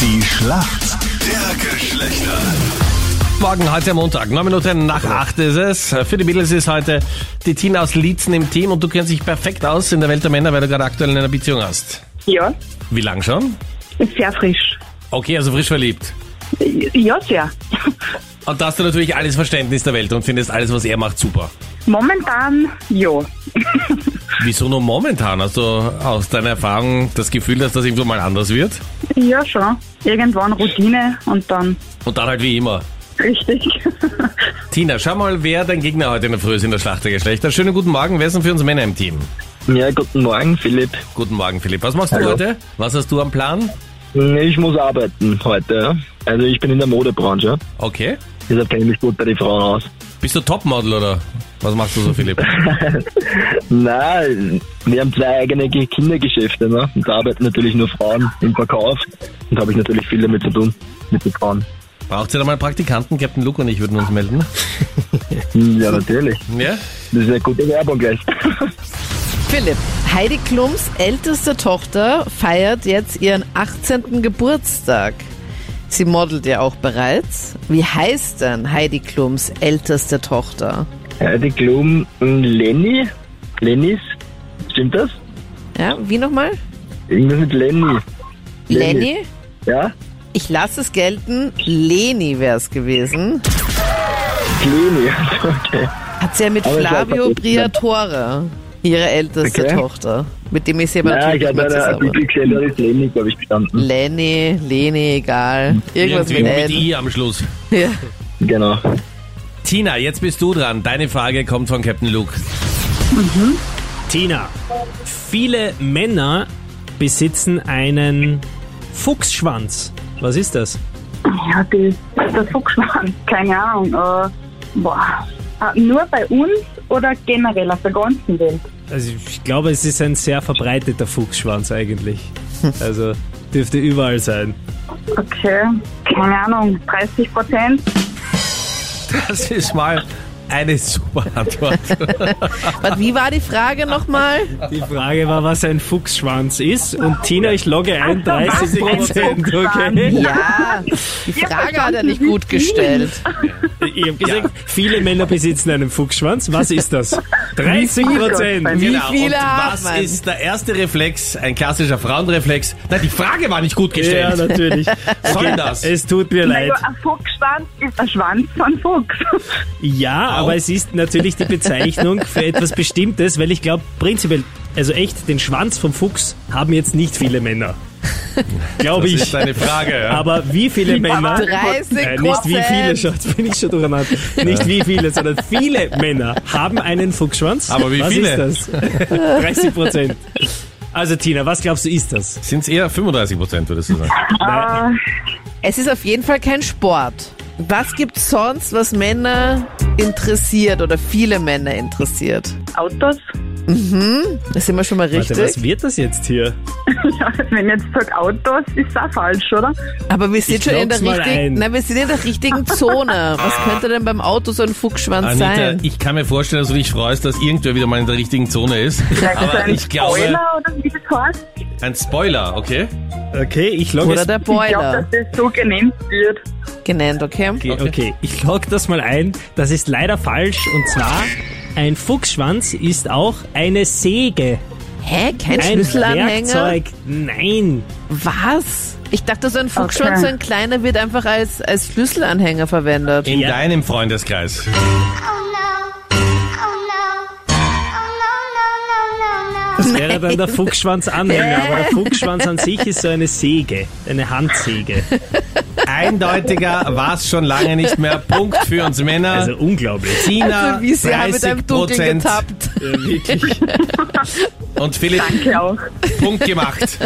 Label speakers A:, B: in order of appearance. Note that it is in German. A: Die Schlacht der Geschlechter.
B: Morgen, heute Montag, neun Minuten nach acht ist es. Für die Mädels ist heute die Tina aus Liezen im Team und du kennst dich perfekt aus in der Welt der Männer, weil du gerade aktuell in einer Beziehung hast.
C: Ja,
B: Wie lang schon?
C: ist sehr frisch.
B: Okay, also frisch verliebt.
C: Ja, sehr.
B: Und da hast du natürlich alles Verständnis der Welt und findest alles, was er macht, super.
C: Momentan, ja.
B: Wieso nur momentan? Hast du aus deiner Erfahrung das Gefühl, dass das irgendwo mal anders wird?
C: Ja, schon. Irgendwann Routine und dann
B: Und dann halt wie immer.
C: richtig.
B: Tina, schau mal, wer dein Gegner heute in der Früh ist in der Schlacht der Geschlechter. Schönen guten Morgen, wer ist denn für uns Männer im Team?
D: Ja, guten Morgen, Philipp.
B: Guten Morgen, Philipp. Was machst du
D: Hallo.
B: heute? Was hast du am Plan?
D: Ich muss arbeiten heute. ja. Also ich bin in der Modebranche.
B: Okay.
D: Deshalb kenne ich mich gut bei den Frauen aus.
B: Bist du Topmodel oder was machst du so, Philipp?
D: Nein, wir haben zwei eigene Ge- Kindergeschäfte. Ne? Und da arbeiten natürlich nur Frauen im Verkauf. Und da habe ich natürlich viel damit zu tun, mit den Frauen.
B: Braucht ihr da mal einen Praktikanten? Captain Luke und ich würden uns melden.
D: Hm, Ja, natürlich.
B: Ja?
D: Das ist eine gute Werbung gleich.
E: Philipp, Heidi Klums älteste Tochter feiert jetzt ihren 18. Geburtstag. Sie modelt ja auch bereits. Wie heißt denn Heidi Klums älteste Tochter?
D: Heidi Klum und Lenny. Lennys? Stimmt das?
E: Ja, wie nochmal?
D: Irgendwas mit Lenny.
E: Lenny?
D: Ja?
E: Ich lasse es gelten, Leni wäre es gewesen.
D: Lenny. Okay.
E: Hat sie ja mit
D: Aber ich weiß, was
E: Flavio
D: ich-
E: Briatore, ihre älteste
D: Okay.
E: Tochter. Mit dem ist sie aber
D: Ja, ich
E: natürlich
D: habe
E: nicht
D: einen
E: mehr zusammen.
D: Artikel gesehen, da ist Lenny, glaube ich, bestanden.
E: Lenny, Leni, egal. Irgendwas
B: Irgendwie
E: mit
B: mit
E: N.
B: I am Schluss.
E: Ja.
D: Genau.
B: Tina, jetzt bist du dran. Deine Frage kommt von Captain Luke.
F: Tina, viele Männer besitzen einen Fuchsschwanz. Was ist das?
C: Ja, die, der Fuchsschwanz, keine Ahnung. Äh, boah. Äh, Nur bei uns oder generell auf der ganzen Welt?
F: Also ich glaube, es ist ein sehr verbreiteter Fuchsschwanz eigentlich. Also dürfte überall sein.
C: Okay, keine Ahnung, 30 Prozent?
B: Das ist mal eine super Antwort.
E: Was, wie war die Frage nochmal?
F: Die Frage war, was ein Fuchsschwanz ist. und Tina, ich logge ein, 30 Prozent, okay?
E: Ja, die Frage hat er nicht gut gestellt.
F: Ich habe gesagt, viele Männer besitzen einen Fuchsschwanz. Was ist das? 30 Prozent.
C: Wie
B: Genau.
E: viele
B: Und
E: hat
B: was
E: man?
B: ist der erste Reflex? Ein klassischer Frauenreflex. Na, die Frage war nicht gut
F: Ja,
B: gestellt.
F: natürlich.
B: Soll das?
F: Es tut mir leid.
C: Naja, ein Fuchsschwanz ist ein Schwanz von Fuchs.
F: Ja, aber es ist natürlich die Bezeichnung für etwas Bestimmtes, weil ich glaube, prinzipiell, also echt, den Schwanz vom Fuchs haben jetzt nicht viele Männer. Glaube
B: Das
F: ich.
B: ist eine Frage. Ja.
F: Aber wie viele Männer?
E: 30
F: Nein, nicht wie viele,
E: Prozent.
F: Schatz, bin ich schon durcheinander. Nicht wie viele, sondern viele Männer haben einen Fuchsschwanz.
B: Aber wie
F: was
B: viele?
F: ist das? 30 Prozent. Also Tina, was glaubst du ist das?
B: Sind es eher 35 Prozent, würdest du sagen?
E: Ah, Es ist auf jeden Fall kein Sport. Was gibt's sonst, was Männer interessiert oder viele Männer interessiert?
C: Autos?
E: Das sind wir schon mal richtig.
F: Warte, was wird das jetzt hier?
C: Ja, wenn ich jetzt sage Autos, ist das falsch, oder?
E: Aber wir sind
F: Ich
E: schon in der
F: lock's mal ein.
E: richtigen, na, wir sind in der richtigen Zone. Was könnte denn beim Auto so ein Fuchsschwanz
B: Anita,
E: sein?
B: ich kann mir vorstellen, dass du dich freust, dass irgendwer wieder mal in der richtigen Zone ist. Aber
C: ein
B: ich glaube,
C: Spoiler oder wie das heißt?
B: ein Spoiler, okay?
F: Okay, ich logge
E: Oder
F: es
E: der
C: Ich glaube,
E: Boiler
C: dass das so genannt wird.
E: genannt, okay?
F: Okay, okay. Ich log das mal ein. Das ist leider falsch. Und zwar, ein Fuchsschwanz ist auch eine Säge.
E: Hä? Kein
F: Ein
E: Schlüsselanhänger?
F: Werkzeug. Nein.
E: Was? Ich dachte, so ein Fuchsschwanz,
C: Okay.
E: so ein kleiner, wird einfach als, als Schlüsselanhänger verwendet.
B: In
F: Ja.
B: deinem Freundeskreis.
G: Oh no. Oh no. Oh no, no, no, no,
F: Das
G: no.
F: wäre dann der Fuchsschwanzanhänger. Aber der Fuchsschwanz an sich ist so eine Säge. Eine Handsäge.
B: Eindeutiger war es schon lange nicht mehr. Punkt für uns Männer.
F: Also unglaublich.
B: Tina,
E: Also wie sehr mit
B: 30
E: einem Dunkeln
B: Prozent
E: getappt.
F: Wirklich.
B: und Philipp,
C: Danke auch.
B: Punkt gemacht.